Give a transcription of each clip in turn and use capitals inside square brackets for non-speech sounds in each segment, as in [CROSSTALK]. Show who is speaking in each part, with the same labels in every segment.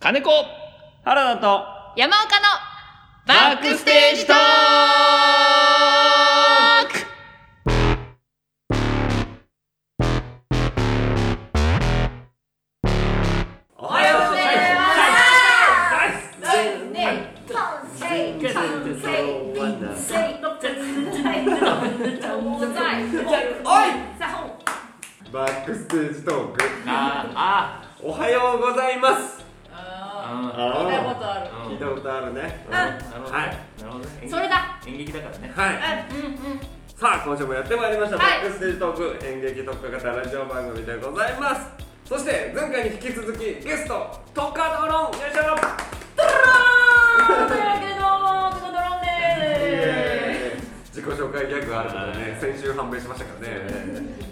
Speaker 1: 金子
Speaker 2: 原田と
Speaker 3: 山岡の
Speaker 1: バックステージトーク
Speaker 2: おはようござい
Speaker 4: バックステージトーク
Speaker 2: ああ
Speaker 4: おはようございます
Speaker 2: あ
Speaker 4: あー聞いたことあるね
Speaker 2: なるほど
Speaker 4: はい
Speaker 2: なるほどね演
Speaker 3: それだ
Speaker 2: 劇演劇だからね
Speaker 4: はいさあ今週もやってまいりました、
Speaker 3: はい
Speaker 4: バックステージトーク演劇特化型ラジオ番組でございますそして前回に引き続きゲストトカドロンよいしょイエーイ自己紹介ギャグあるからね先週判明しましたからね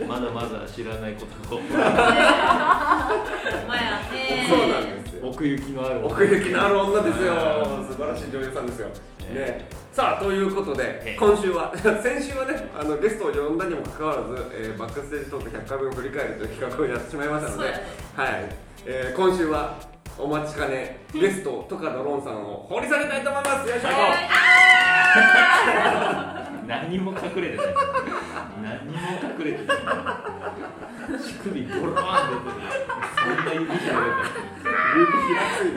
Speaker 2: まだまだ知らないことを
Speaker 4: そうなんですよ
Speaker 2: 奥行きのある
Speaker 4: 奥行きのある女ですよ
Speaker 2: は
Speaker 4: 素晴らしい女優さんですよ、
Speaker 2: え
Speaker 4: ね、さあということ
Speaker 2: ええ
Speaker 4: で今週は [LAUGHS] 先週はねあのゲストを呼んだにもかかわらず、えーバックステージトーク100回分を振り返るという企画をやってしまいましたの
Speaker 3: そう
Speaker 4: で、
Speaker 3: やね
Speaker 4: はいえー今週はお待ちかねゲストとかドロンさんを掘り下げたいと思いますよいしょ
Speaker 2: 何も隠れてない何も隠れてない乳首ゴローン出てるそんな指じゃなかった
Speaker 4: 指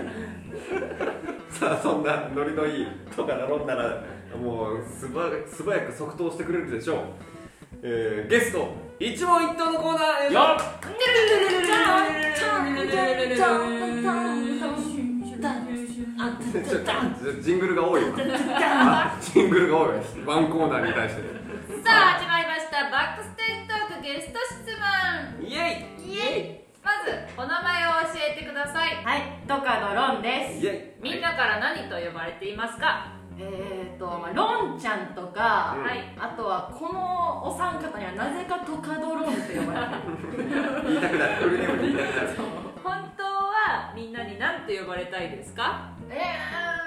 Speaker 4: 開くさあそんなノリのいいとかだろんならもうすば素早く即答してくれるでしょう、えー、ゲスト一問一答のコーナーです
Speaker 2: よっ
Speaker 4: ちょっとジングルが多いわジングルが多いわワンコーナーに対して
Speaker 3: さあ始まりましたバックステージトークゲスト質問
Speaker 4: イエ
Speaker 3: イエイまずお名前を教えてください
Speaker 5: はい、とかのロンで
Speaker 4: イ
Speaker 5: す。
Speaker 4: イエイ
Speaker 3: みんなから何と呼ばれていますか
Speaker 5: えっ、ー、と、まあ、ロンちゃんとか、
Speaker 4: うん
Speaker 3: はい
Speaker 5: あとはこのお三方にはなぜかトカドロンって呼ばれてる。 [LAUGHS]
Speaker 4: 言いたくなるフルネームで言いたくなる
Speaker 3: 本当はみんなに何と呼ばれたいですか
Speaker 5: え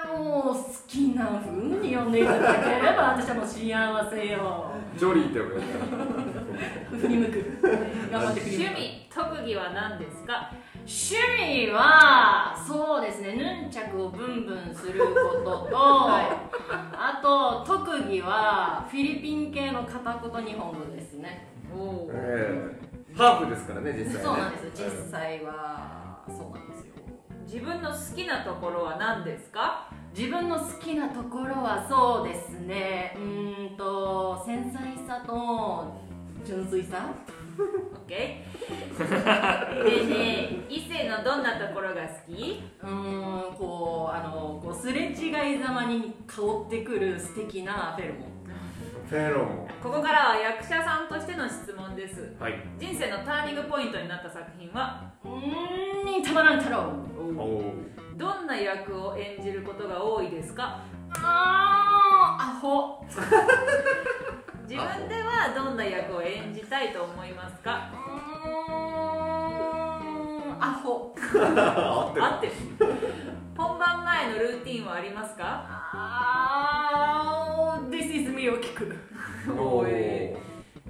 Speaker 5: ー、もう好きな風に呼んでいただければ私はもう幸せよ。
Speaker 4: ジョリーって呼ぶや
Speaker 5: 振り向く。頑張って振り向
Speaker 3: 趣
Speaker 5: く。
Speaker 3: 味特技は何ですか
Speaker 5: 趣味はそうですねヌンチャクをブンブンすることと、あと特技はフィリピン系の片言日本語ですね
Speaker 3: おお
Speaker 4: つ、えー、ハーフですからね実際ね
Speaker 5: そうなんですよ実際はそうなんですよ
Speaker 3: 自分の好きなところは何ですか
Speaker 5: 自分の好きなところはそうですねうーんと繊細さと純粋さ [LAUGHS]
Speaker 3: OK ねえねえ異性のどんなところが好き
Speaker 5: うーんこうあのこうすれ違いざまに香ってくる素敵なフェルモン
Speaker 4: フェロモ
Speaker 3: ここからは役者さんとしての質問です
Speaker 4: ンはい
Speaker 3: 人生のターニングポイントになった作品は
Speaker 5: うーんにたまらん太郎
Speaker 4: おお
Speaker 3: どんな役を演じることが多いですか
Speaker 5: あーアホ
Speaker 3: 自分ではどんな役を演じたいと思いますか
Speaker 5: うーんアホ
Speaker 4: 合ってる
Speaker 3: 合ってる本番前のルーティンはありますか
Speaker 5: あー This is me を聞く
Speaker 4: おー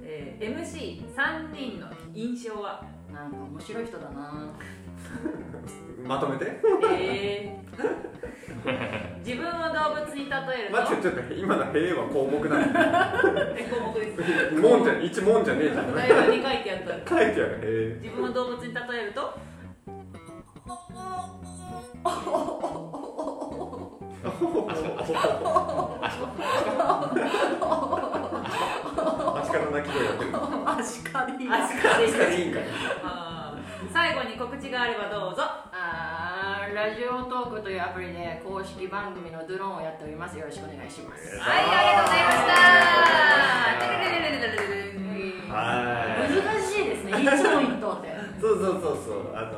Speaker 3: えー MC3 人の印象は
Speaker 5: なんか面白い人だな
Speaker 4: まとめて
Speaker 3: えー自分を動物に例えると
Speaker 4: 待ってちょっと今の「へ」は項目なの
Speaker 3: え項目です
Speaker 4: もんじゃ一もんじゃねえじゃん
Speaker 3: だいぶに書いてあった
Speaker 4: 書いてある
Speaker 3: 自分を動物に例えると
Speaker 4: 「へ」アシカの鳴き声やってる
Speaker 5: アシカリ
Speaker 3: 足かで
Speaker 4: 確かにいいんかい
Speaker 3: あー最後に告知があればどうぞ
Speaker 5: あーラジオトークというアプリで公式番組のドローンをやっておりますよろしくお願いします
Speaker 3: はい、ありがとうございました。
Speaker 4: は
Speaker 5: 難しいですね一問一答って
Speaker 4: いそうそうそうそうあの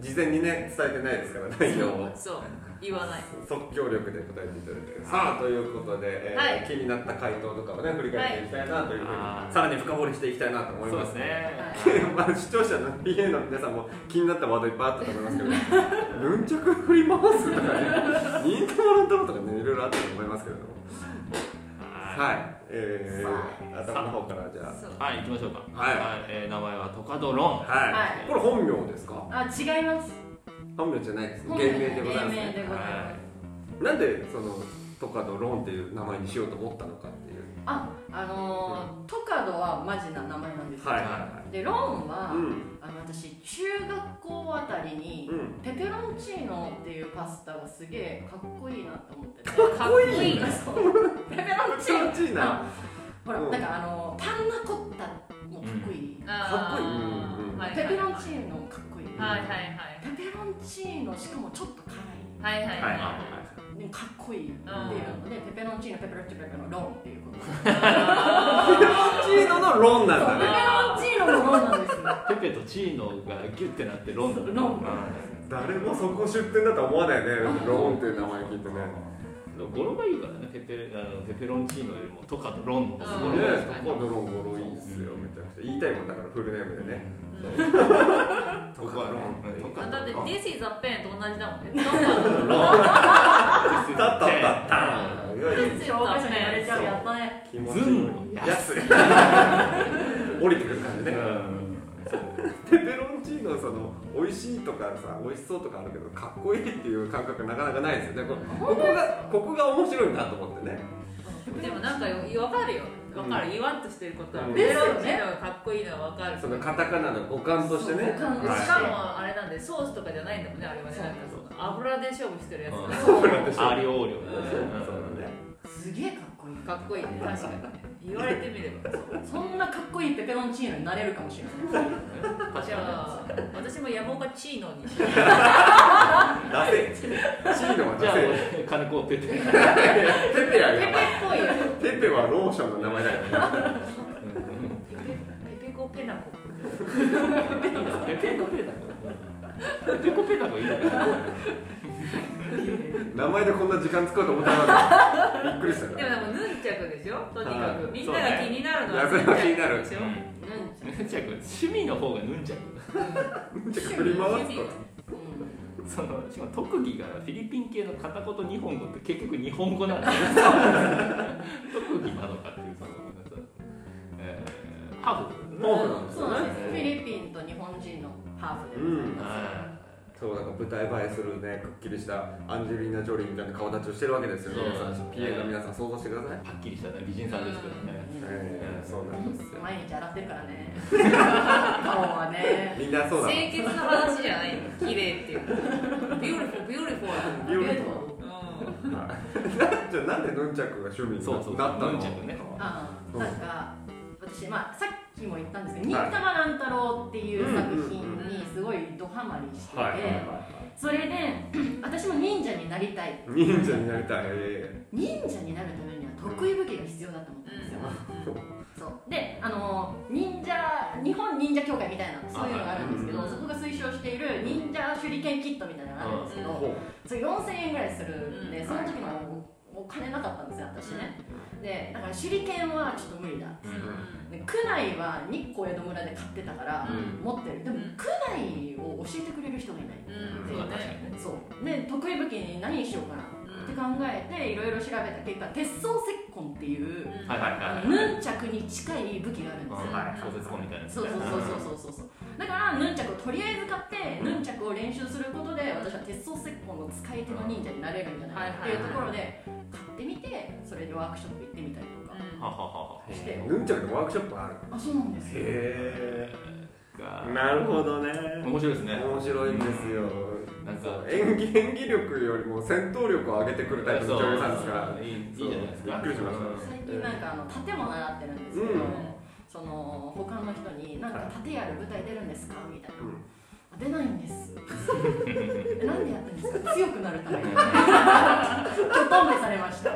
Speaker 4: 事前にね伝えてないですから内容を
Speaker 3: そう、言わない。
Speaker 4: 即興力で答えていただいてさあということで、えー
Speaker 3: はい
Speaker 4: 気になった回答とかをね振り返っていきたいなというふうに、
Speaker 2: はい
Speaker 4: さらに深掘りしていきたいなと思い
Speaker 2: そう
Speaker 4: ま
Speaker 2: ですすね
Speaker 4: [LAUGHS] まあ視聴者の PA の皆さんも気になったワードいっぱいあったと思いますけど「ヌンチャク振り回す」とかね「忍たま乱太郎」とかねいろいろあったと思いますけれどもはいえー、頭の方からじゃ
Speaker 3: そう
Speaker 2: はい行きましょうか
Speaker 4: はい
Speaker 2: えー名前はトカドロン
Speaker 4: あはい、
Speaker 5: はい
Speaker 4: これ本名ですか
Speaker 5: あ違います
Speaker 4: 本名じゃないです
Speaker 5: 本
Speaker 4: 芸
Speaker 5: 名
Speaker 4: 名でございます、
Speaker 5: 芸名でございま
Speaker 2: は
Speaker 5: す
Speaker 4: なんでそのトカドロンっていう名前にしようと思ったのかっていう
Speaker 5: ああのー、トカドはマジな名前なんですよ、
Speaker 4: はいは
Speaker 5: でロンは、
Speaker 4: いうん
Speaker 5: あの私中学校あたりに、
Speaker 4: うん
Speaker 5: ペペロンチーノっていうパスタがすげえかっこいいなと思っ
Speaker 4: [LAUGHS]
Speaker 5: てて
Speaker 6: かっこいい
Speaker 5: そうペペロンチーノ
Speaker 4: 気持ちいいな
Speaker 5: ほら、
Speaker 4: うん
Speaker 5: なんかあのパンナコッタもかっこいい、
Speaker 4: かっこ
Speaker 6: あー
Speaker 4: いいうんうん
Speaker 6: はい
Speaker 5: ペペロン
Speaker 6: はい
Speaker 5: チーノもかっこいい、
Speaker 6: はいはい
Speaker 5: ペペロンチーノしかもちょっと辛い
Speaker 6: はいはいはい
Speaker 2: はい
Speaker 6: は
Speaker 5: でもかっこいいっていうので、ペペロンチーノペペロンチーノペペロンロンっていうこと
Speaker 4: チーノのロンなん
Speaker 5: そうペ
Speaker 4: だ
Speaker 5: ペ
Speaker 4: ね
Speaker 5: ロンチーノもロンなんですよ
Speaker 2: ペペとチーノがギュッてなってロンだね
Speaker 5: ロン
Speaker 4: 誰もそこ出店だとは思わないよねロンっていう名前聞いてね
Speaker 2: でも語呂がいいからねペペあのペペロンチーノよりもトカとロンの方
Speaker 6: うん
Speaker 2: が語呂がいいから
Speaker 4: ねトカドロンゴロいいっすよめちゃくちゃ言いたいもんだからフルネームでね
Speaker 2: トカロントカ
Speaker 6: あだって
Speaker 2: ロン
Speaker 6: This is a pen と同じだもんね。どんどん
Speaker 4: たったったったいわゆる
Speaker 5: 教科書に言われちゃうやったね
Speaker 4: 気持ち
Speaker 2: ズ
Speaker 4: いい
Speaker 2: ンの安
Speaker 4: 安い降りてくる感じね [LAUGHS] ペペロンチーノその美味しいとかさ美味しそうとかあるけどかっこいいっていう感覚なかなかないですよねこここがここが面白いなと思ってね
Speaker 6: でもなんかよわかるよ。わかる。言わんとしてることは。
Speaker 4: うん
Speaker 6: ペペロンチーノがかっこいいのはわかる。
Speaker 4: そのカタカナの五感としてね
Speaker 5: 五感
Speaker 6: し
Speaker 5: はい
Speaker 6: かもあれなんでソースとかじゃないんだもんねあれはね
Speaker 5: そう
Speaker 6: なんかその油で勝負してるやつ
Speaker 2: うん
Speaker 6: が
Speaker 2: アーリオーリオ
Speaker 4: そうそうだね
Speaker 5: すげえかっこいい
Speaker 6: かっこいいね確かに言われてみればそう
Speaker 5: そんなかっこいいペペロンチーノになれるかもしれない
Speaker 2: 確
Speaker 6: じゃ
Speaker 2: か
Speaker 6: あ私も山岡チーノにし
Speaker 4: 出せチーノは
Speaker 2: にじゃあ
Speaker 4: 出
Speaker 2: 俺金子をペペ
Speaker 4: せペペや
Speaker 5: ペペっ
Speaker 4: よ
Speaker 5: ぽいよね
Speaker 4: ペペはローションの名前だよね
Speaker 6: ペペコペナコ
Speaker 2: ペペコペダコペペコペダコいいのかな
Speaker 4: 名前でこんな時間使うと思ってなかったびっくりしたか
Speaker 6: でも
Speaker 4: ら
Speaker 6: なんかヌンチャクでしょとにか
Speaker 4: は
Speaker 6: く
Speaker 4: い
Speaker 6: みんなが気になるのは
Speaker 4: そうね
Speaker 6: ヌンチャクでしょ
Speaker 5: う
Speaker 2: ヌンチャク趣味の方がヌンチャク
Speaker 4: じゃあ振り回すと
Speaker 5: ん
Speaker 2: そのしかも特技がフィリピン系の片言日本語って結局日本語なん
Speaker 4: [LAUGHS]
Speaker 2: だ特技なのかっていうそのえー、ハーフ
Speaker 4: 毛布なんです
Speaker 5: そう
Speaker 4: よ
Speaker 5: なん
Speaker 4: ね
Speaker 5: ですフィリピンと日本人のハーフで
Speaker 4: うん
Speaker 2: あ
Speaker 4: そうなんか舞台映えするねくっきりしたアンジェリーナ・ジョリーみたいな顔立ちをしてるわけですよ
Speaker 2: そう
Speaker 4: 皆さん PA の皆さん想像してください、
Speaker 2: ーはっきりしたね美人さんですけどね
Speaker 4: えーそうなんですよ
Speaker 5: 毎日洗ってるから
Speaker 4: [LAUGHS]
Speaker 5: ね顔はね
Speaker 4: みんなそうだ
Speaker 6: 清潔な話じゃないの綺麗っていうビューティフルビューティフル
Speaker 4: ビューティ
Speaker 5: フ
Speaker 6: う
Speaker 4: じゃあ [LAUGHS] なんでヌンチャクが趣味にな
Speaker 2: そうそう
Speaker 4: なったの
Speaker 2: ヌンチャクね
Speaker 5: ああ
Speaker 4: うん
Speaker 5: なんか私、まあ、さっきも言ったんですけど「
Speaker 4: は
Speaker 5: 新
Speaker 4: い
Speaker 5: 玉乱太郎」っていう作
Speaker 4: うん
Speaker 5: 品にすごいドハマりしてて、
Speaker 4: はいはいはい
Speaker 5: それで [CLEARS THROAT] 私も忍者になりたい
Speaker 4: 忍者になりたい、え
Speaker 5: 忍者になるためには得意武器が必要だと思ったんですよ、そうであの忍者日本忍者協会みたいなそういうのがあるんですけど、
Speaker 4: はい
Speaker 5: そこが推奨している忍者手裏剣キットみたいなのがあるんですけ
Speaker 4: ー
Speaker 5: ど、
Speaker 4: ほ
Speaker 5: それ4000円ぐらいするんで、
Speaker 6: うん
Speaker 5: その時もおお金なかったんですよ私ね、でだから手裏剣はちょっと無理だ
Speaker 2: うん
Speaker 6: ん
Speaker 5: で区内は日光江戸村で買ってたから、
Speaker 4: うん
Speaker 5: 持ってるでも
Speaker 6: うん
Speaker 5: 区内を教えてくれる人がいない、
Speaker 6: うん
Speaker 2: そうだ確かにね
Speaker 5: そうで得意武器に何にしようかなって考えていろいろ調べた結果鉄層石痕っていう
Speaker 2: はいはいは
Speaker 5: あ
Speaker 2: い
Speaker 5: のヌンチャクに近い武器があるんですよ、
Speaker 2: はい小説本みたいなやつ
Speaker 5: そう
Speaker 2: ね
Speaker 5: そうそうそうそうそうだからヌンチャクをとりあえず買ってヌンチャクを練習することで私は鉄装石痕の使い手の忍者になれるんじゃないかっていうところで買ってみてそれでワークショップ行ってみたりとか
Speaker 2: はははは
Speaker 5: して、
Speaker 4: うヌンチャクのワークショップがある
Speaker 5: あそうなんですよ
Speaker 4: へ
Speaker 2: が
Speaker 4: えなるほどね
Speaker 2: 面白いですね
Speaker 4: 面白いんですよ
Speaker 2: なんか
Speaker 4: そう演技演技力よりも戦闘力を上げてくるタイプの女優さんですから
Speaker 2: そういいいいじゃないですか
Speaker 4: びっくりしました
Speaker 5: 最近なんかあの盾も習ってるんですけど、
Speaker 4: うん
Speaker 5: その他の人に「なんか盾やる舞台出るんですか?」みたいな
Speaker 4: うん
Speaker 5: 「出ないんです」えなんでやってんですか強くなるために」きょとんべされました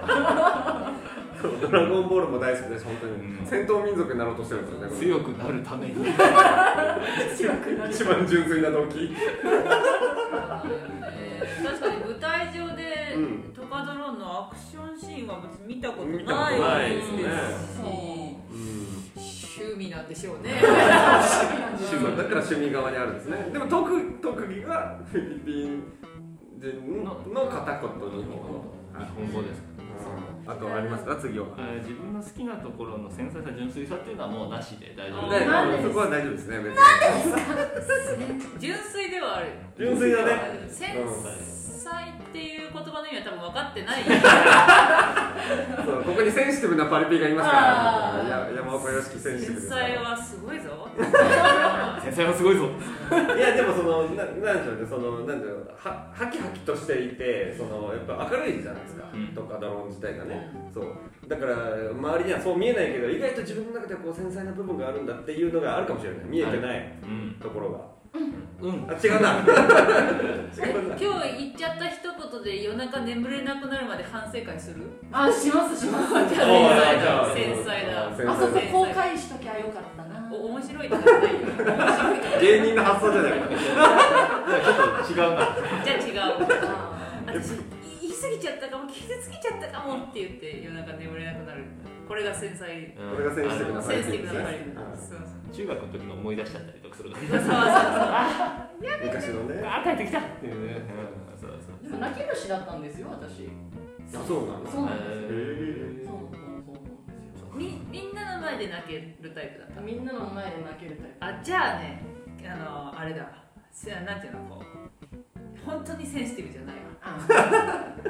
Speaker 4: ドラゴンボールも大好きです、本当に、
Speaker 2: うん
Speaker 4: 戦闘民族になろうとしてるんですよ
Speaker 2: 強
Speaker 4: ね、
Speaker 2: くなるために
Speaker 5: 強くなる
Speaker 4: 一番純粋な動機、
Speaker 6: 確かに舞台上で、
Speaker 4: うん
Speaker 6: トカドロンのアクションシーンは別に見たこと
Speaker 4: 見たことな
Speaker 6: ないいで
Speaker 4: で
Speaker 6: すす
Speaker 4: ね
Speaker 6: し、趣味なんでしょう
Speaker 4: [LAUGHS]
Speaker 6: ね。
Speaker 4: 趣味だから趣味側にあるんですね、でも特特技がフィリピン人のの片言日本語、
Speaker 2: 日本語です
Speaker 4: あとありますか次は
Speaker 2: あー自分の好きなところの繊細さ純粋さっていうのはもうなしで大丈夫
Speaker 4: ね
Speaker 5: なんでです
Speaker 4: そこは大丈夫ですね別に
Speaker 3: 純粋ではある
Speaker 4: 純粋だね
Speaker 3: 繊細っていう言葉の意味は多分分かってない
Speaker 4: そうここにセンシティブなパリピがいます
Speaker 5: あ
Speaker 4: か
Speaker 5: ー
Speaker 4: らや山岡良樹センシテ
Speaker 3: 繊
Speaker 4: ィブです
Speaker 3: 細はすごいぞ
Speaker 2: 繊細はすごいぞ
Speaker 4: いやでもそのななんでしょうねそのなんでしょうはハキハキとしていてそのやっぱ明るいじゃないですか、
Speaker 2: うん
Speaker 4: とかドローン自体がね、そうだから周りにはそう見えないけど意外と自分の中でこう繊細な部分があるんだっていうのがあるかもしれない見えてない
Speaker 2: うん
Speaker 4: ところが、
Speaker 2: うん
Speaker 4: あ違うな違
Speaker 3: [LAUGHS]
Speaker 4: うな
Speaker 3: 今日言っちゃった一言で夜中眠れなくなるまで反省会する
Speaker 5: あしますします
Speaker 3: 繊
Speaker 4: おー
Speaker 3: 細
Speaker 4: じゃあ
Speaker 3: だ繊細だ
Speaker 4: 繊
Speaker 5: あそこ
Speaker 4: 細
Speaker 5: 公開しときゃよかったな
Speaker 3: お面白いって言ないよ面白いって
Speaker 4: だ芸人の発想じゃない
Speaker 2: [LAUGHS]
Speaker 4: か
Speaker 2: 違うな
Speaker 3: じゃあ違う
Speaker 5: あ
Speaker 3: 私言い過ぎちゃったかも傷つきちゃったかもって言って夜中眠れなくなるこれが繊細
Speaker 4: これがセンシティブな
Speaker 3: センシティブな
Speaker 4: パ
Speaker 3: パ
Speaker 4: リ
Speaker 3: リピ
Speaker 4: ピです
Speaker 3: そ
Speaker 4: ね
Speaker 3: うそ
Speaker 2: 中
Speaker 3: う
Speaker 2: 学の時の思い出しちゃったりとかするから
Speaker 3: そうそう
Speaker 4: 昔のね
Speaker 2: あ帰ってきたっていうねうんそうそう
Speaker 5: でも泣き虫だったんですよ私
Speaker 4: あそうなの
Speaker 5: そうなんですよ
Speaker 2: へ
Speaker 5: そう
Speaker 2: ー
Speaker 5: そうそうなんですよ
Speaker 3: みみんなの前で泣けるタイプだった
Speaker 5: みんなの前で泣けるタイプ
Speaker 3: あじゃあねあのあれだせなんていうのこう本当にセンシティブじゃないわ
Speaker 5: あ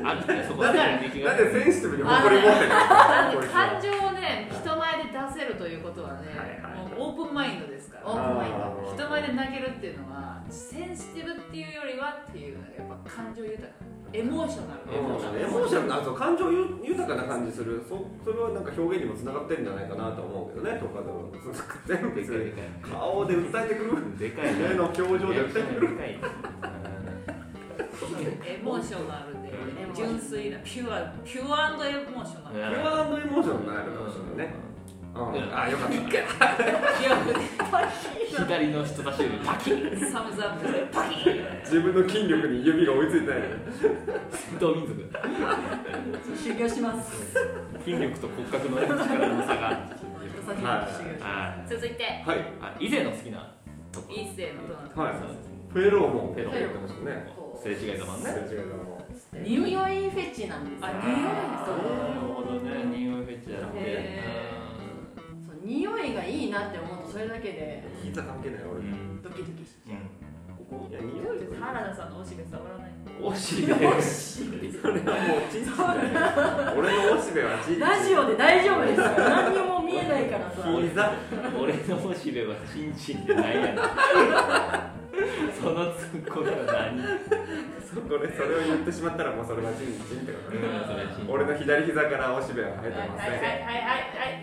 Speaker 2: あるねそこ
Speaker 4: なんで
Speaker 2: 線引きが
Speaker 4: なんでセンシティブに誇り持ってるの
Speaker 3: だって
Speaker 4: こいつは
Speaker 3: 感情をね人前で出せるということはね、
Speaker 4: はいはい
Speaker 3: もうオープンマインドですから
Speaker 5: オープンマインド
Speaker 3: 人前で泣けるっていうのはセンシティブっていうよりはっていうのがやっぱ感情豊かエモーショナル
Speaker 4: エモーションエモーションなそう感情ゆ豊かな感じするそそれはなんか表現にもつながってるんじゃないかなと思うけどねとかでも全部
Speaker 2: で
Speaker 4: そ
Speaker 2: かい
Speaker 4: れ
Speaker 2: でかい
Speaker 4: 顔で訴えてくる
Speaker 2: でかいね
Speaker 4: 目の表情で訴えてくる
Speaker 2: でかい
Speaker 3: エモーショナルで
Speaker 5: モーショナル
Speaker 3: 純粋なピュアピュアエモーショナ
Speaker 2: うん
Speaker 3: ル
Speaker 4: ピュアエモーションになるかもしれないね、うんあよかった
Speaker 2: 左の人差し指パキッ
Speaker 3: サムズアップでパキーン
Speaker 4: 自分の筋力に指が追いついてない
Speaker 2: 戦闘民族
Speaker 5: 修行します
Speaker 2: 筋力と骨格の力の差がは
Speaker 3: 続いて
Speaker 4: はい
Speaker 2: いあ以前の好きなとこ
Speaker 3: 一世のどなた
Speaker 4: はい
Speaker 2: そうです
Speaker 4: フェローモン
Speaker 2: フェロ
Speaker 5: モン
Speaker 4: ってましたね
Speaker 2: すれ違いざまんね
Speaker 4: すれ違いだもん
Speaker 5: 匂いフェチなんですよ
Speaker 2: な
Speaker 3: あ
Speaker 2: るほどね匂いフェチだって
Speaker 3: へ
Speaker 5: そう匂いがいいなって思うとそれだけで
Speaker 4: 聞いた関係ない
Speaker 2: うん
Speaker 4: 俺
Speaker 5: ドキドキしちゃ
Speaker 4: いや匂いと
Speaker 3: 匂い
Speaker 4: か
Speaker 3: 原田さんのおしべ触らない
Speaker 2: うんおしべおし
Speaker 4: それはもうチンチンだよ俺のおしべはチンチ
Speaker 5: う [LAUGHS]
Speaker 4: ン
Speaker 5: ラジオで大丈夫ですよ何にも見えないから [LAUGHS] さ
Speaker 4: 膝
Speaker 2: 俺のおしべはチンチンってないやねんそのツッコミは何
Speaker 4: そこでそれを言ってしまったらもうそれはチンチンってことね
Speaker 2: それチン
Speaker 4: 俺の左膝からおしべは
Speaker 3: はいはいはいはいは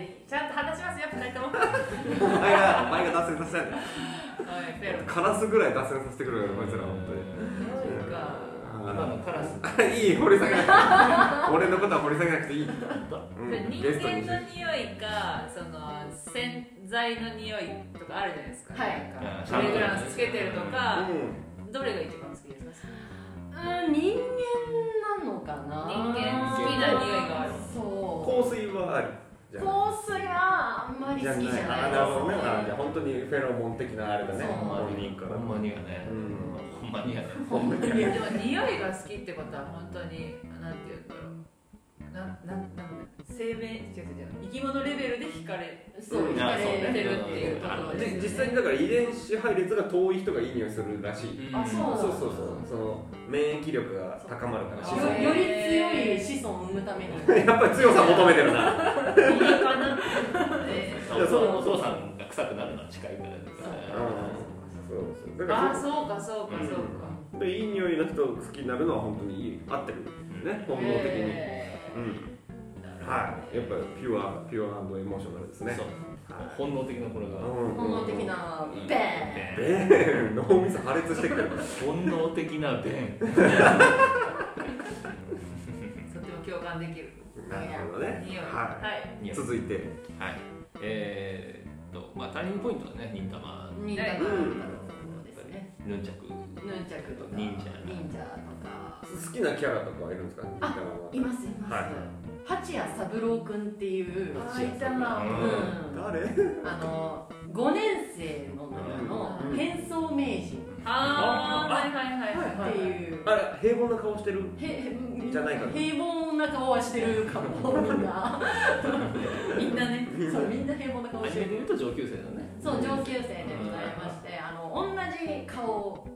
Speaker 3: い
Speaker 4: 出て
Speaker 3: は
Speaker 4: ますね。
Speaker 3: いちゃんと話しますよ二人とも。
Speaker 4: お前が、お前が脱線させたい。
Speaker 3: はいフェロ。
Speaker 4: カラスぐらい脱線させてくるよ、こいつら、本
Speaker 3: そうか。
Speaker 2: 今
Speaker 4: 当
Speaker 2: のカラス
Speaker 4: に。いい、掘り下げなくて。俺のことは掘り下げなくていい。うん
Speaker 3: 人
Speaker 4: ゲスト
Speaker 3: 間
Speaker 4: にして
Speaker 3: の匂いかその洗剤の匂いとかあるじゃないですか。
Speaker 5: はい
Speaker 3: なんか
Speaker 2: うん
Speaker 3: フレグランスつけてるとか、
Speaker 4: う
Speaker 3: どれが一番好きですか。
Speaker 5: うん人間なのかな
Speaker 3: 人間好きな匂いがある
Speaker 5: そ
Speaker 4: ん香水はあり。じ
Speaker 5: う
Speaker 4: ゃ
Speaker 5: 香
Speaker 4: あ
Speaker 5: 水はあんまり
Speaker 4: じゃ
Speaker 5: 好き
Speaker 4: あ
Speaker 5: じゃ
Speaker 4: な
Speaker 5: ない
Speaker 4: い。あ、なるほどね。あじゃあ、本当にフェロモン的なあれだね。
Speaker 5: そう
Speaker 4: 本人か
Speaker 2: ほ
Speaker 4: ら。
Speaker 2: んまにはね
Speaker 4: うん
Speaker 2: ほんまにはね
Speaker 3: いやでも匂いが好きってことは本当になんていうんだろう。ななんなんだ生命違う違う生き物レベルで惹かれ
Speaker 5: そう
Speaker 4: うん
Speaker 5: 惹かれてるっていうところです
Speaker 4: で
Speaker 5: ね
Speaker 4: 実際にだから遺伝子配列が遠い人がいい匂いするらしい。
Speaker 5: あそう
Speaker 4: そうそうそう。その免疫力が高まるから。
Speaker 2: そう
Speaker 4: 子孫
Speaker 5: よより強い子孫を生むために
Speaker 4: [LAUGHS] やっぱり強さ求めてるな。 [LAUGHS]
Speaker 3: いいかなって思って。
Speaker 2: そうそうお父さんが臭くなるのは近いからとかね
Speaker 4: そうそうだ
Speaker 3: ああ
Speaker 4: か
Speaker 3: そうかそうかそうか。
Speaker 4: らでいい匂いの人を好きになるのは本当にいい合ってるね本能的に、
Speaker 5: え
Speaker 4: うんはいやっぱりピュアピュアエモーショナルですね
Speaker 2: そう
Speaker 4: はい
Speaker 2: 本能的なこれが
Speaker 5: ー本能的なベーン
Speaker 4: ええ [LAUGHS] 脳みそ破裂してくる
Speaker 2: 本能的な便
Speaker 3: とても共感できる
Speaker 4: なるほどね
Speaker 3: 匂い。
Speaker 4: は
Speaker 3: はい。
Speaker 4: い続いて
Speaker 2: はいえー、っとまあターニングポイントはね忍たま
Speaker 5: 忍たまとかですね
Speaker 2: ヌンチャク
Speaker 5: ヌンチャクとか
Speaker 2: 忍者
Speaker 5: 忍者とか
Speaker 4: 好きなキャラとかはいるんですか銀魂はい
Speaker 5: ますいます、
Speaker 2: はい
Speaker 5: 八谷三郎君っていう、
Speaker 3: あいたな
Speaker 5: う
Speaker 2: うん
Speaker 5: ん、
Speaker 4: 誰
Speaker 5: あの5年生の中の変装名人
Speaker 6: ああはいはいはいはい
Speaker 5: っていう、
Speaker 4: あれ平凡な顔してる
Speaker 5: へ
Speaker 4: じゃないかな
Speaker 5: 平凡な顔はしてるかもみんな
Speaker 6: みんなね
Speaker 5: そうみんな平凡な顔
Speaker 2: ア
Speaker 5: し
Speaker 2: ニ
Speaker 5: て
Speaker 2: メで
Speaker 5: る
Speaker 2: 言うと上級生だね
Speaker 5: そう上級生でございましてあの同じ顔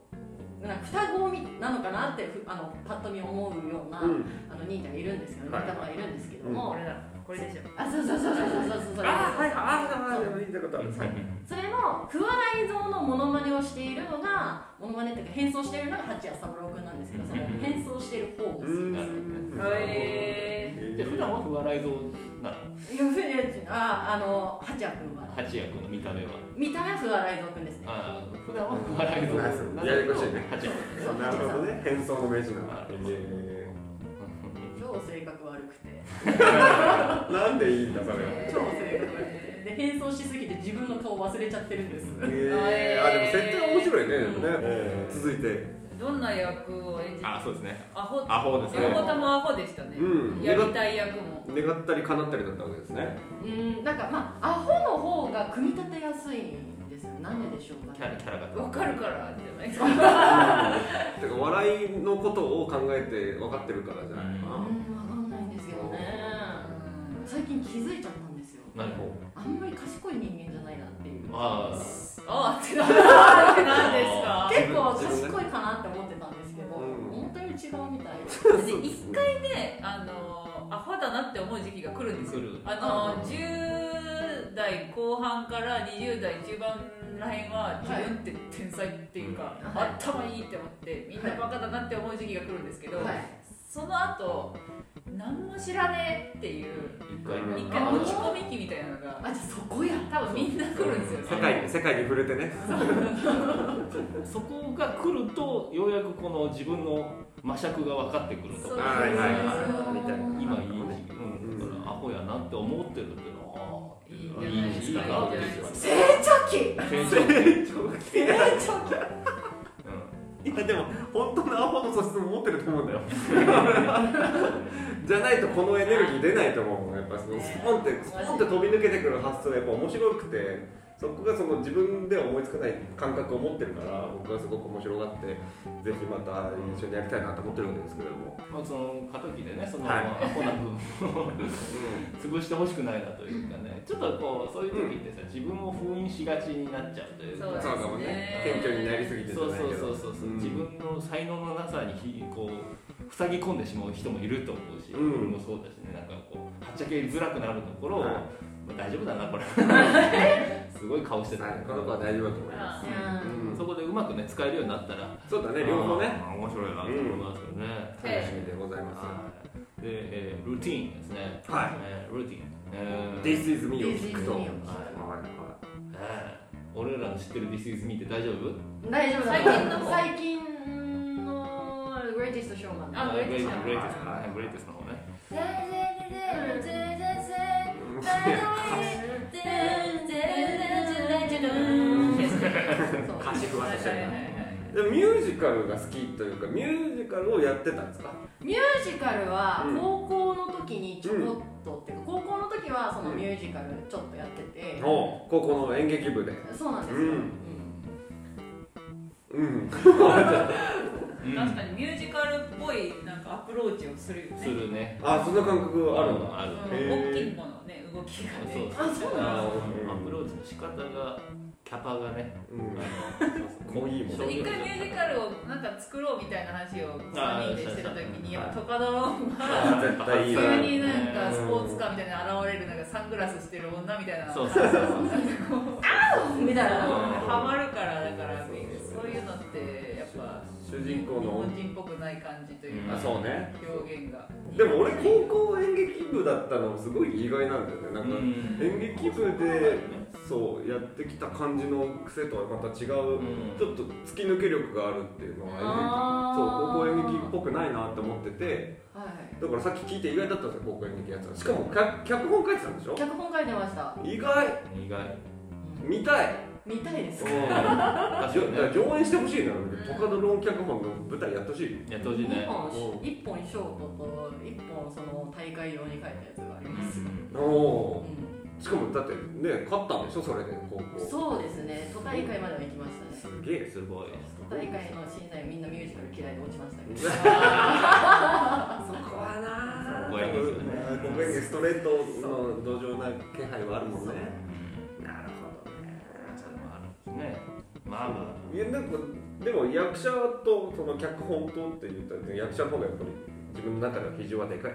Speaker 5: なんか双子みなのかなってふあのパッと見思うような、
Speaker 4: うん
Speaker 5: あの兄ちゃんがいるんですけど、
Speaker 2: はい
Speaker 5: 兄ちゃんがいるんですけども、
Speaker 3: これだこれでしょ
Speaker 5: あそうそうそうそうそうそうそう
Speaker 4: はいああでも言いたことあるはい
Speaker 5: それの桑田伊蔵のモノマネをしているのがモノマネっていうか変装しているのが八谷三郎君なんですけどその変装してる方で
Speaker 4: う
Speaker 5: す
Speaker 4: ーん
Speaker 3: へ
Speaker 2: で普段は不笑い像なの
Speaker 5: いやふいやああの八谷君は
Speaker 2: 八谷君の見た目は
Speaker 5: 見た目は桑田伊蔵君ですね
Speaker 2: ああ普段は不笑い像なんだ
Speaker 4: や
Speaker 2: け
Speaker 4: や
Speaker 2: ど
Speaker 4: こしいね
Speaker 2: 八谷
Speaker 5: そう
Speaker 4: なるほどね変装の名人
Speaker 2: な
Speaker 4: なんだ
Speaker 2: るほど
Speaker 4: へ
Speaker 5: 超性格悪くて
Speaker 4: ーなんでいいんだそれは
Speaker 5: 超性格悪くてで変装しすぎて自分の顔忘れちゃってるんです
Speaker 4: へーあでも設定は面白いねでもね続いて
Speaker 3: どんな役を演じ
Speaker 2: あそうですね
Speaker 3: アホ
Speaker 2: アホですね
Speaker 3: 両方ともアホでしたね、
Speaker 4: うん
Speaker 3: やりたい役も
Speaker 4: 願ったり叶ったりだったわけですね
Speaker 5: うんなんかまあアホの方が組み立てやすいんですよなんででしょう
Speaker 2: キ
Speaker 5: か
Speaker 2: ャラ
Speaker 5: ね
Speaker 2: キャラが
Speaker 3: わかるからじゃないですか
Speaker 4: てか笑いのことを考えて分かってるからじゃないか
Speaker 5: うんわかんないんですけどね最近気づいちゃったんですよ
Speaker 2: 何方
Speaker 5: あんまり賢い人間じゃないなっていう
Speaker 2: ああ
Speaker 3: あってなんってなんですか
Speaker 5: 結構賢いかなって思ってたんですけど、
Speaker 4: うん
Speaker 5: 思ったより違うみたい
Speaker 3: 私一回ねあのアホだなって思う時期が来るんですよ
Speaker 2: 来る
Speaker 3: あの10代後半から20代中盤らへんは自分って天才っていうか、
Speaker 5: はい
Speaker 3: 頭いいって思ってみんなバカだなって思う時期が来るんですけど、
Speaker 5: はい
Speaker 3: その後何も知らねえっていう
Speaker 2: 一回
Speaker 4: うん
Speaker 3: 一回落ち込み期みたいなのが
Speaker 5: あじゃあそこや
Speaker 3: 多分みんな来るんですよ
Speaker 4: 世界世界に触れてね
Speaker 2: そこが来るとようやくこの自分の魔尺が分かってくると
Speaker 3: そう
Speaker 2: か
Speaker 4: はいはいはい
Speaker 5: みたいな
Speaker 2: 今いい時期、
Speaker 4: ね
Speaker 2: うん、だからアホやなって思ってるっていうのはああ
Speaker 3: いいんじゃないですか
Speaker 2: いいなってい
Speaker 3: いいんじゃないです
Speaker 5: 成長期
Speaker 2: 成長
Speaker 5: 成長期
Speaker 4: いやでも本当のアホの素質も持ってると思うんだよ [LAUGHS] じゃないとこのエネルギー出ないと思うもんやっぱそのスポンってスポンって飛び抜けてくる発想がやっぱ面白くてそこがその自分では思いつかない感覚を持ってるから僕はすごく面白がってぜひまた一緒にやりたいなと思ってるわけですけれども、
Speaker 2: まあその過渡期でねその、
Speaker 4: はい
Speaker 2: アホな部分を潰してほしくないなというかねちょっとこうそういう時ってさ、自分を封印しがちになっちゃうというか
Speaker 3: そう
Speaker 4: う
Speaker 3: です
Speaker 4: ん、そ
Speaker 3: ね
Speaker 4: うかもね謙虚になりすぎてじゃ
Speaker 2: そう
Speaker 4: ない
Speaker 2: そう
Speaker 4: け
Speaker 2: そ
Speaker 4: ど
Speaker 2: うそうそう、
Speaker 4: うん
Speaker 2: 自分の才能のなさにひこう塞ぎ込んでしまう人もいると思うし、
Speaker 4: うん
Speaker 2: 僕もそうだしねなんかこうはっちゃけづらくなるところを、
Speaker 4: はい
Speaker 2: まあ大丈夫だなこ
Speaker 4: [LAUGHS]
Speaker 2: れすごい顔してた、
Speaker 4: はいこの子は大丈夫だと思います、
Speaker 3: あ
Speaker 4: うん
Speaker 2: そこでうまくね使えるようになったら
Speaker 4: そうだね両方ね
Speaker 2: あー面白いなと思いますよね、
Speaker 3: うん
Speaker 4: 楽しみでございま
Speaker 2: はいで、えー、ルーティーンですね
Speaker 4: はい
Speaker 2: えールーティーン、え
Speaker 4: す
Speaker 2: ー
Speaker 4: This is me を
Speaker 5: This is
Speaker 4: 聞くと
Speaker 5: me を聞く
Speaker 4: はいはいはい
Speaker 2: えー俺らの知ってる This is me って大丈夫
Speaker 5: 大丈夫
Speaker 3: 最近の方
Speaker 5: 最近のグレイティストショーマン
Speaker 3: あ
Speaker 2: グレイテストグレイテスト
Speaker 4: はいはい
Speaker 2: グレイテストの方ね
Speaker 5: そう
Speaker 3: はいはいは
Speaker 4: [LAUGHS] 歌詞不安定してるない
Speaker 3: はい
Speaker 4: でもミュージカルが好きというかミュージカルをやってたんですか
Speaker 5: ミュージカルは高校の時にちょこっとっていうか高校の時はそのミュージカルちょっとやってて
Speaker 4: お高校の演劇部で
Speaker 5: そうなんですよ
Speaker 4: うんうん
Speaker 2: うん
Speaker 3: 確かにミュージカルっぽいなんかアプローチをするよね
Speaker 2: するね
Speaker 4: あそんな感覚あるの
Speaker 2: ある
Speaker 3: うん
Speaker 4: へー
Speaker 3: 大きいものね動きが
Speaker 2: そう
Speaker 3: ね
Speaker 2: そう
Speaker 5: あそう
Speaker 4: なの
Speaker 2: アプローチの仕方がキャパがね
Speaker 4: うん
Speaker 2: も
Speaker 4: も
Speaker 2: う
Speaker 4: ういいもん
Speaker 3: 一回ミュージカルをなんか作ろうみたいな話を3人でしてた時にやっぱトカドロンが
Speaker 4: 絶対いいな
Speaker 3: 急になんかスポーツカーみたいなの現れるなんかサングラスしてる女みたいなのが
Speaker 2: そうそうそうそう
Speaker 5: みたいな
Speaker 3: ハマるからだからそういうのってやっぱ
Speaker 4: 主人公
Speaker 3: 日
Speaker 4: の
Speaker 3: 本人っぽくない感じという
Speaker 2: あ
Speaker 3: か
Speaker 4: そうね
Speaker 3: 表現が
Speaker 4: でも俺高校演劇部だったのすごい意外なんだよねなんか
Speaker 2: うん
Speaker 4: 演劇部でそうやってきた感じの癖とはまた違うちょっと突き抜け力があるっていうのは
Speaker 5: あー
Speaker 4: 演劇そう高校演劇っぽくないなって思ってて
Speaker 5: はい
Speaker 4: だからさっき聞いて意外だったんですよ高校演劇やつはしかも脚脚本書いてたんでしょ
Speaker 5: 脚本書いてました
Speaker 4: 意外
Speaker 2: 意外
Speaker 4: 見たい
Speaker 5: 見たいです
Speaker 4: [LAUGHS]
Speaker 2: 確かにね
Speaker 4: 上演してほしいな他の論脚本の舞台やってほしい
Speaker 2: やってほしい
Speaker 5: 2
Speaker 2: ね
Speaker 5: 本
Speaker 4: うん
Speaker 5: 1本ショートと1本その大会用に書いたやつがあります、
Speaker 4: おお
Speaker 5: う
Speaker 4: しかもだってね勝ったんでしょそれで高校
Speaker 5: ん、そうですね都大会までは行きましたね
Speaker 4: すげえ
Speaker 2: すごい
Speaker 5: 都大会の審査員みんなミュージカル嫌いで落ちましたけど
Speaker 4: そこはな
Speaker 2: そこはいいですよね
Speaker 4: ここにストレートの同情な気配はあるもんねなるほどね
Speaker 2: それもあるんですねまあま
Speaker 4: いやなんかでも役者とその脚本とって言ったら役者の方がやっぱり自分の中では比重はでかい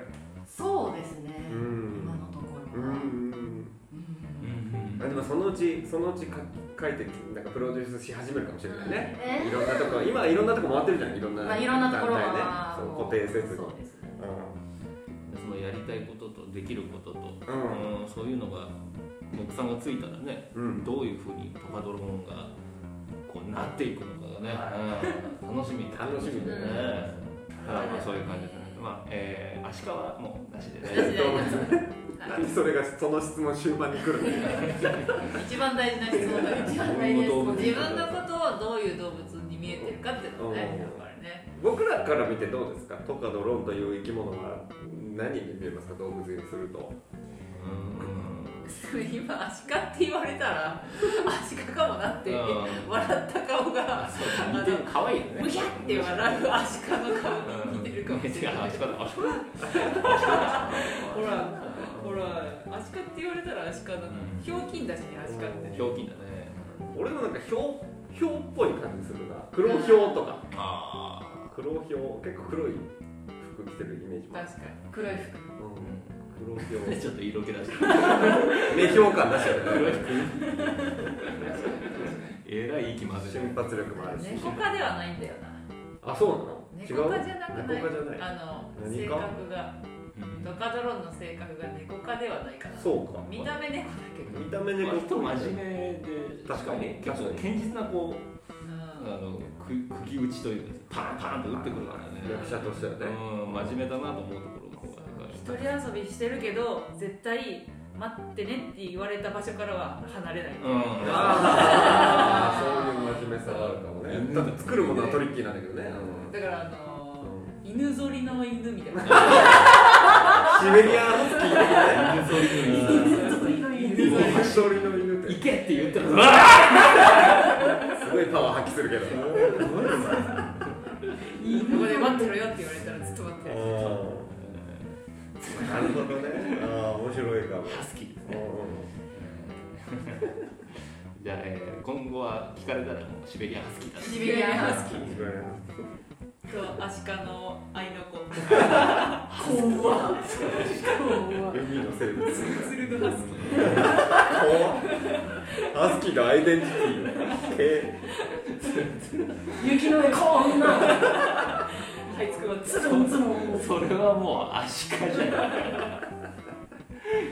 Speaker 5: そうですね
Speaker 4: ん
Speaker 5: 今のとこ
Speaker 4: う
Speaker 5: ろはう
Speaker 4: ん
Speaker 5: ん
Speaker 4: あでもそのうちそのうちか書いてなんかプロデュースし始めるかもしれないね、
Speaker 5: え
Speaker 4: いろんなとこ今はいろんなとこ回ってるじゃんいろんな、
Speaker 5: まあいろんなところ
Speaker 4: 団
Speaker 5: は
Speaker 4: 体ねそう
Speaker 5: もう
Speaker 4: 固定せずに
Speaker 5: そうです
Speaker 4: [LAUGHS]
Speaker 5: ね
Speaker 2: あそのやりたいこととできることと
Speaker 4: うん
Speaker 2: うんそういうのが目算がついたらね
Speaker 4: うん
Speaker 2: どういうふうにトカドローンがこうなっていくのかがね、うん楽しみ
Speaker 4: 楽しみ
Speaker 2: だ
Speaker 4: だ
Speaker 2: ね
Speaker 4: ね、
Speaker 2: うんまあそういう感じですねまあえー、足利はもうなしで
Speaker 3: 私だ
Speaker 4: [LAUGHS]
Speaker 2: ね
Speaker 3: よ
Speaker 4: 何 [LAUGHS] それがその質問終盤に来るの
Speaker 5: 一番大事な質問だ一番大事な質問
Speaker 3: 自分のことをどういう動物に見えてるかっていうのねやっぱりね
Speaker 4: 僕らから見てどうですかトカドロンという生き物は何に見えますか動物にすると
Speaker 2: うん
Speaker 3: それ今アシカって言われた [LAUGHS] らアシカかもなって
Speaker 2: うん
Speaker 3: 笑った顔が
Speaker 2: そう似てる可愛いよね
Speaker 3: むひゃって笑うアシカの顔に似てるかもしれない
Speaker 2: うん足利足利
Speaker 3: ほらほらアシカって言われたらアシカだなひょうきんだしねアシカって
Speaker 2: ひょうきんだね
Speaker 4: 俺もなんかひょうひょうっぽい感じするな黒ひょうとか
Speaker 2: あ
Speaker 4: 黒ひょう結構黒い服着てるイメージもある、
Speaker 3: 確かに
Speaker 5: 黒い服
Speaker 4: うん、黒ひょ
Speaker 2: あ
Speaker 5: [LAUGHS]
Speaker 4: う
Speaker 2: ちょっと色気出して
Speaker 4: 目標感出しちゃうよね
Speaker 2: えらい息混ぜて
Speaker 4: 瞬発力もあるし
Speaker 3: 猫科ではないんだよな
Speaker 4: あそうなの違う
Speaker 3: 猫科じゃなくない
Speaker 4: 猫科じゃない
Speaker 3: あの
Speaker 4: 何
Speaker 3: 性
Speaker 4: 科
Speaker 3: 格が
Speaker 2: うん
Speaker 3: ドカドロンの性格が猫科ではないかな
Speaker 4: そうか
Speaker 3: 見た目猫だけど
Speaker 4: 見た目
Speaker 2: まあ
Speaker 4: 猫っぽい
Speaker 2: 人真面目で
Speaker 4: 確かに
Speaker 2: 結構堅実なこうあ
Speaker 3: う
Speaker 2: のく釘打ちというかパンパンと打ってくるからね
Speaker 4: 役者としてはね
Speaker 2: うん真面目だなと思うところの方が
Speaker 3: ん一人遊びしてるけど絶対待ってねって言われた場所からは離れない
Speaker 2: [LAUGHS] うん
Speaker 4: ああそういう真面目さはあるかもね
Speaker 2: うん
Speaker 4: ただ作るものはトリッキーなんだけどね
Speaker 3: だからあ
Speaker 4: うん
Speaker 3: の
Speaker 4: うん
Speaker 3: 犬ぞりの犬みたいな
Speaker 4: シベリアンスキー的なね
Speaker 2: そういうの
Speaker 4: 犬ぞり一人の犬っ
Speaker 2: に
Speaker 4: て
Speaker 2: 行けって言ったらうわ
Speaker 4: すごいパワー発揮するけど
Speaker 3: ここで待ってろよって言われたらずっと待ってる
Speaker 4: なるほどねああ面白いかも
Speaker 2: ー好きですねじゃあ、えー今後は聞かれたらもうシベリアンハスキーだね
Speaker 5: シベリアンハスキー
Speaker 3: とアシカの愛の子
Speaker 4: 海の生物
Speaker 3: ツルのハスキー
Speaker 4: 怖っハスキーのアイデンティティえ
Speaker 5: 雪の上こんな
Speaker 3: はいつくば
Speaker 5: つるんつるん
Speaker 2: それはもうアシカじゃない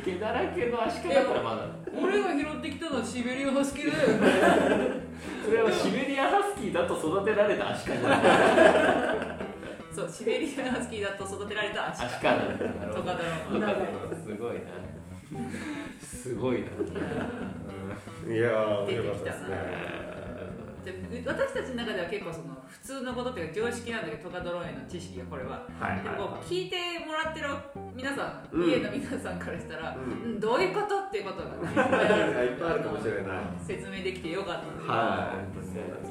Speaker 2: 毛だらけのアシカだったらまだ
Speaker 3: 俺が拾ってきたのはシベリアンハスキーだよね
Speaker 2: それはシベリアンハスキーだと育てられたアシカじゃない
Speaker 3: そうシベリアンハスキーだと育てられたアシ
Speaker 2: ア
Speaker 3: カ
Speaker 2: シカなんだなる
Speaker 3: と
Speaker 2: ほど
Speaker 3: かだろう
Speaker 2: すごいなすごいな、
Speaker 4: いやー
Speaker 3: 出て
Speaker 4: 面白か
Speaker 3: き
Speaker 4: っ
Speaker 3: た
Speaker 4: たですね
Speaker 3: で私たちの中では結構その普通のことっていうか常識なんだけどトカドローンへの知識がこれは
Speaker 4: はい
Speaker 3: でもこう聞いてもらってる皆さん、
Speaker 4: うん
Speaker 3: 家の皆さんからしたら、
Speaker 4: うん
Speaker 3: うんどういうことっていうことがねいっぱい
Speaker 4: いっぱいあるかもしれない
Speaker 3: 説明できてよかったです
Speaker 4: は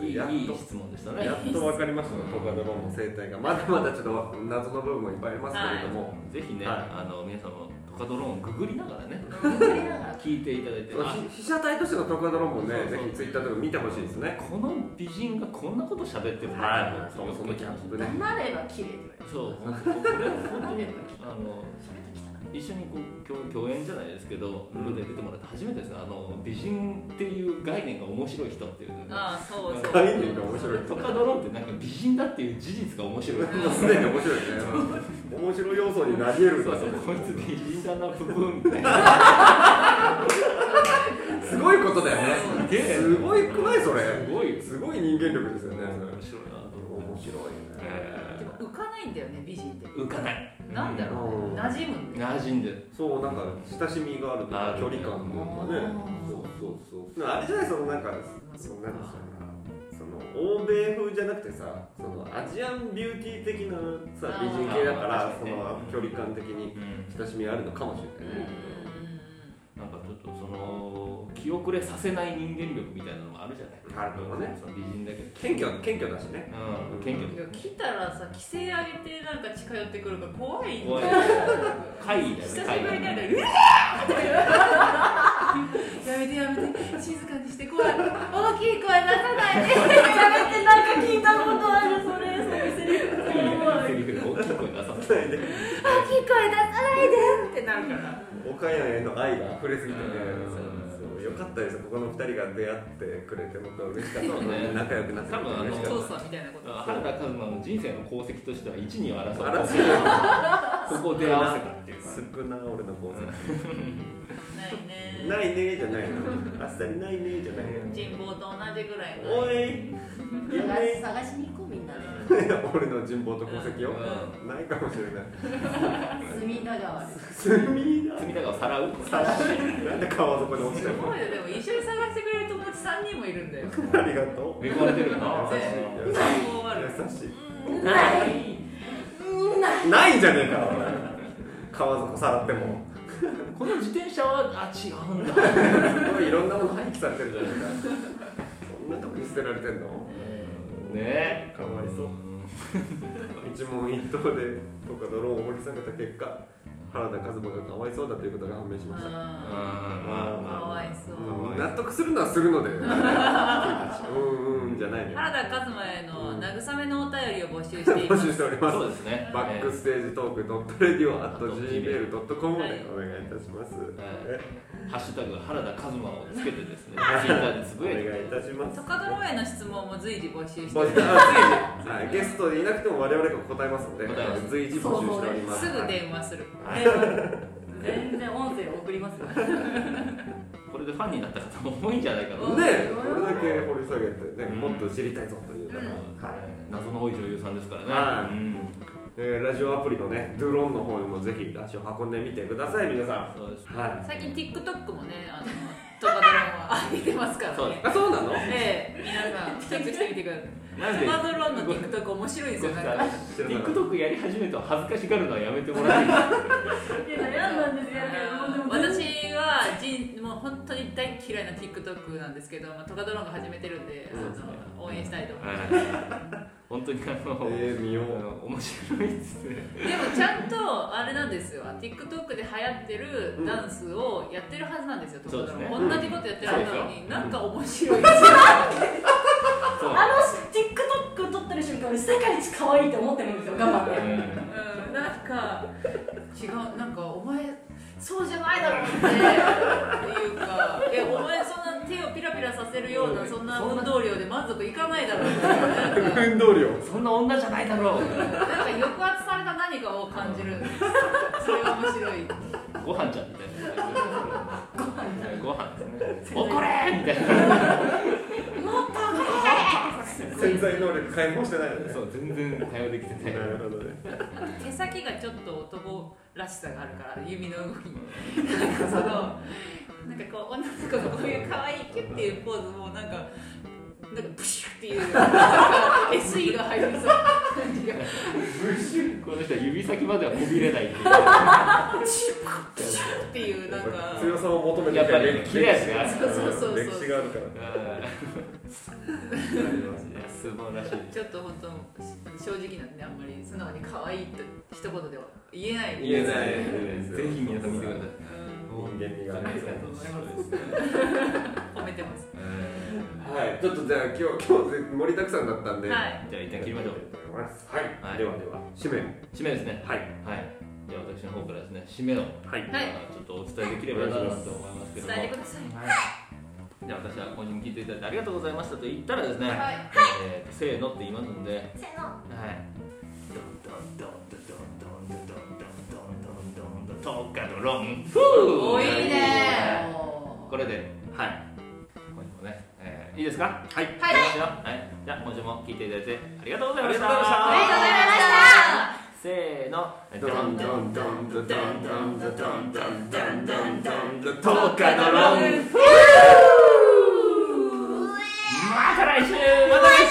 Speaker 4: い
Speaker 2: い
Speaker 4: やっ
Speaker 2: いいい
Speaker 4: と
Speaker 2: 質問でしたね
Speaker 4: やっとわかりましたねトカドロンの生態がまだまだちょっと謎の部分もいっぱいありますけれども
Speaker 2: ぜひね、
Speaker 4: はい
Speaker 2: あの皆さんもトカドローンをググりながらね聞いていただいてあ
Speaker 4: ひ被写体としてのトカドロンもね
Speaker 2: そうそう
Speaker 4: ぜひツイッターとか見てほしいで
Speaker 2: [LAUGHS]
Speaker 4: すね
Speaker 2: この美人がこんなこと喋ってもらえる
Speaker 4: そうそのギャップね
Speaker 5: 黙れば綺麗って言われる
Speaker 2: そう本当これ本当
Speaker 5: 黙
Speaker 2: に
Speaker 5: れば綺麗
Speaker 2: あの
Speaker 5: それと汚い
Speaker 2: 一緒にこう共共演じゃないですけど、舞台出てもらって初めてですねあの美人っていう概念が面白い人っていうのが
Speaker 3: ああそうそう
Speaker 4: 概念が面白い
Speaker 2: トカドローンってなんか美人だっていう事実が面白い
Speaker 4: [LAUGHS] もうすでに面白いね面白い要素になり得るん
Speaker 2: そう
Speaker 4: だ
Speaker 2: そう
Speaker 4: ね
Speaker 2: こいつ美人だな部分みたいな
Speaker 4: すごいことだよね
Speaker 2: すげえ
Speaker 4: すごいくないそれ
Speaker 2: すごいよ
Speaker 4: すごい人間力ですよね
Speaker 2: 面
Speaker 4: それ
Speaker 2: 白いなと思って
Speaker 4: 面白いね
Speaker 2: え
Speaker 3: でも浮かないんだよね美人って
Speaker 2: 浮かない
Speaker 3: なんだろう
Speaker 4: うん
Speaker 3: 馴染むんだよ
Speaker 2: 馴染んでる
Speaker 4: そうなんか親しみがあるとか
Speaker 2: ある
Speaker 4: 距離感というかねそうそうそうあれじゃないそのなんかそのなんでしょうねその欧米風じゃなくてさそのアジアンビューティー的なさ
Speaker 3: あ
Speaker 4: 美
Speaker 3: ー
Speaker 4: 人系だから
Speaker 2: あー
Speaker 4: そ
Speaker 2: 確かにね
Speaker 4: の距離感的に
Speaker 2: うん
Speaker 4: 親しみあるのかもしれないね
Speaker 2: なんかちょっとその気遅れさせない人間力みたいなのもあるじゃない
Speaker 4: あるかもね
Speaker 2: その美人だけど
Speaker 4: 謙虚謙虚だしね
Speaker 2: うん謙虚
Speaker 3: いや来たらさ規制上げてなんか近寄ってくるから怖いん
Speaker 2: 怖
Speaker 3: だよ
Speaker 2: い怪異だよね
Speaker 3: 久しぶりに会ったら「うわー!」やめてやめて静かにして怖い大きい声出さない
Speaker 6: 喋
Speaker 3: で
Speaker 6: ってなんか聞いたことあるそれそれセリフ
Speaker 2: 怪異だよねセリフで大きい声出さ
Speaker 6: 大きい声出さ
Speaker 2: せない
Speaker 6: ないでってなるから
Speaker 4: 岡山への愛が溢れすぎてね
Speaker 2: うん
Speaker 4: そうそうよかったですここの二人が出会ってくれて僕は嬉しかった
Speaker 2: そうね
Speaker 4: 仲良くなってくれて嬉しか
Speaker 3: 父
Speaker 4: っ
Speaker 3: さんみたいなこと
Speaker 2: 原田和馬の人生の功績としては一にを争
Speaker 4: た
Speaker 2: う
Speaker 4: 嵐が
Speaker 2: ここで合わせたっていうか
Speaker 4: 少な俺の功績
Speaker 3: ないね
Speaker 4: ないねーじゃないのあっさりないねーじゃない
Speaker 3: 人望と同じぐらい
Speaker 4: のおい有
Speaker 5: 探し
Speaker 4: 名
Speaker 5: 探しに行こうみんなで
Speaker 4: 俺の人望と功績よ
Speaker 2: う
Speaker 4: ないかもしれない
Speaker 5: 隅田川です
Speaker 4: 罪だ
Speaker 2: 隅田川さらう
Speaker 4: なんで川底に落ち
Speaker 3: す
Speaker 4: てるの
Speaker 3: ごいよでも一緒に探してくれる友達3人もいるんだよ
Speaker 4: ありがとう
Speaker 2: 恵まれてるよな
Speaker 4: 優し
Speaker 3: 人望悪い
Speaker 4: い優し
Speaker 2: ない
Speaker 4: いないんじゃねえかお前川底さらっても
Speaker 2: この自転車はあ違うん
Speaker 4: [LAUGHS]
Speaker 2: だ
Speaker 4: いろんなもの廃棄されてるじゃないですか。そんなとこに捨てられてんの？
Speaker 2: ね
Speaker 4: かわいそう。一問一答でとかドローンを掘り下げた結果、原田和馬がかわいそうだということが判明しました。
Speaker 2: うん
Speaker 3: あ
Speaker 2: まあ
Speaker 3: ーか
Speaker 2: まあ
Speaker 3: わいそう
Speaker 4: うん納得するのはするので。うんうんじゃないのよ。
Speaker 3: 原田和馬への慰めのお便りを募集していま
Speaker 4: 募
Speaker 3: す
Speaker 4: 集しております
Speaker 2: そう。ですね
Speaker 4: バックステージトークドットレディオアット gmail ドットコムまでお願いいたします。え
Speaker 2: ハッシュタグ原田和馬をつけてですね、ツイッターでつ
Speaker 4: お
Speaker 2: ぶやい
Speaker 4: 願い
Speaker 2: て
Speaker 4: い
Speaker 2: ください
Speaker 4: たします
Speaker 3: ト。カドロへの質問も随時募集してい
Speaker 4: 募集
Speaker 3: ま
Speaker 4: はい、ゲストでいなくても我々が答えますので
Speaker 2: 答えます
Speaker 4: 随時募集しておりますす
Speaker 3: すぐ電話する
Speaker 2: はい
Speaker 5: 全然音声送りますよ
Speaker 2: これでファンになった方も多いんじゃないか
Speaker 4: ね
Speaker 2: と、
Speaker 4: これだけ掘り下げて、ねもっと知りたいぞという方、はい
Speaker 2: 謎の多い女優さんですからね、
Speaker 4: は
Speaker 2: う
Speaker 4: い
Speaker 2: ん
Speaker 4: えーラジオアプリのねドゥロンの方にもぜひ足を運んでみてください皆さんは
Speaker 2: そうです
Speaker 4: い
Speaker 3: 最近 TikTok もねあのトカドロは上げてますから
Speaker 2: そう
Speaker 3: ね
Speaker 4: あそうなの
Speaker 3: ええ皆さんチェックしてみてください
Speaker 2: なん
Speaker 3: ト
Speaker 2: で
Speaker 3: カドロの TikTok 面白いですよなんか
Speaker 4: 知らなかっ
Speaker 2: TikTok やり始めると恥ずかしがるのはやめてもらえない
Speaker 5: いや悩んだんですよでも
Speaker 3: 私は人もう本当に大嫌いな TikTok なんですけど、まあ、トカドロンが始めてるんで、
Speaker 2: そうですね
Speaker 3: あの応援したいと思います、
Speaker 2: 本当にあ
Speaker 4: た
Speaker 2: の、
Speaker 4: えー、見よ
Speaker 2: あ
Speaker 4: う
Speaker 2: の面白いです
Speaker 4: [LAUGHS]
Speaker 2: ね
Speaker 3: でもちゃんとあれなんですよ TikTok で流行ってるダンスをやってるはずなんですよ、トカドロン
Speaker 2: そう
Speaker 4: ですね
Speaker 3: 同じことやってるはずなの
Speaker 2: う
Speaker 3: に、
Speaker 2: ん
Speaker 3: なんか面白い
Speaker 2: そう
Speaker 5: あの TikTok 撮ってる瞬間俺世界一可愛いって思ってるんですよ頑張って
Speaker 2: うん
Speaker 3: うんなんか違うなんかお前そうじゃないだろうっていうかえお前そんな手をピラピラさせるようなそんな運動量で満足いかないだろうってなんか
Speaker 4: 運動量
Speaker 2: そんな女じゃないだろう
Speaker 3: なんか抑圧された何かを感じるんですそれが面白い
Speaker 2: ご飯ちゃんみたいなご飯ですね怒れみたいな
Speaker 4: 潜在能力解放してないのね
Speaker 2: そう全然対応できてない
Speaker 4: なるほどね
Speaker 3: 手先がちょっと男らしさがあるから指の動きになんかそのなんかこう女の子のこういう可愛いキュッっていうポーズもなんかなんかプシュッっていうなんか SE が入りそうな感じが
Speaker 2: この人は指先まではこびれないっていう
Speaker 3: プシュップシュッっていうなんか
Speaker 4: 強さを求めて
Speaker 2: やっぱり綺麗ですね
Speaker 3: そうそうそう
Speaker 4: 歴史があるから
Speaker 2: いや素晴らしい
Speaker 3: ちょっと本当正直なんであんまり素直に可愛いって一言では言えない
Speaker 4: 言えない
Speaker 2: ぜひ皆さん見てください
Speaker 3: うん
Speaker 4: 人間味があ
Speaker 2: あ
Speaker 4: る
Speaker 2: りがとうございます
Speaker 3: 褒めてます
Speaker 4: はいちょっとじゃあ今日今日盛りだくさんだったんで
Speaker 3: は
Speaker 4: はい
Speaker 2: じゃあ一旦切りましょう
Speaker 4: はい、
Speaker 2: はい
Speaker 4: ではでは締めを
Speaker 2: 締めですね
Speaker 4: はい
Speaker 2: はいじゃあ私の方からですね締めの
Speaker 4: はい
Speaker 3: はい
Speaker 2: ちょっとお伝えできればなと思いますけども
Speaker 3: 伝えてください
Speaker 2: はいじゃあ私は今週も聞いていただいてありがとうございましたと言ったらですね、
Speaker 3: はい
Speaker 2: えーとせーのって言いますんで、
Speaker 6: せーの
Speaker 2: はい。ドンドンドンドンドンドンドンドンドンドンドンドンドントカドロンフー
Speaker 3: おいいね
Speaker 2: これではい今週もね、えー、いいですかはい
Speaker 3: は
Speaker 2: は
Speaker 3: い
Speaker 2: い、じゃあ今週も聞いていただいてありがとうございました
Speaker 4: ありがとうございました
Speaker 3: ありがとうございま
Speaker 2: の
Speaker 3: した
Speaker 4: ドンドンドンドンドンドンドンドンドンドンドンドン
Speaker 2: 10日のロン
Speaker 3: う
Speaker 2: また来週また来週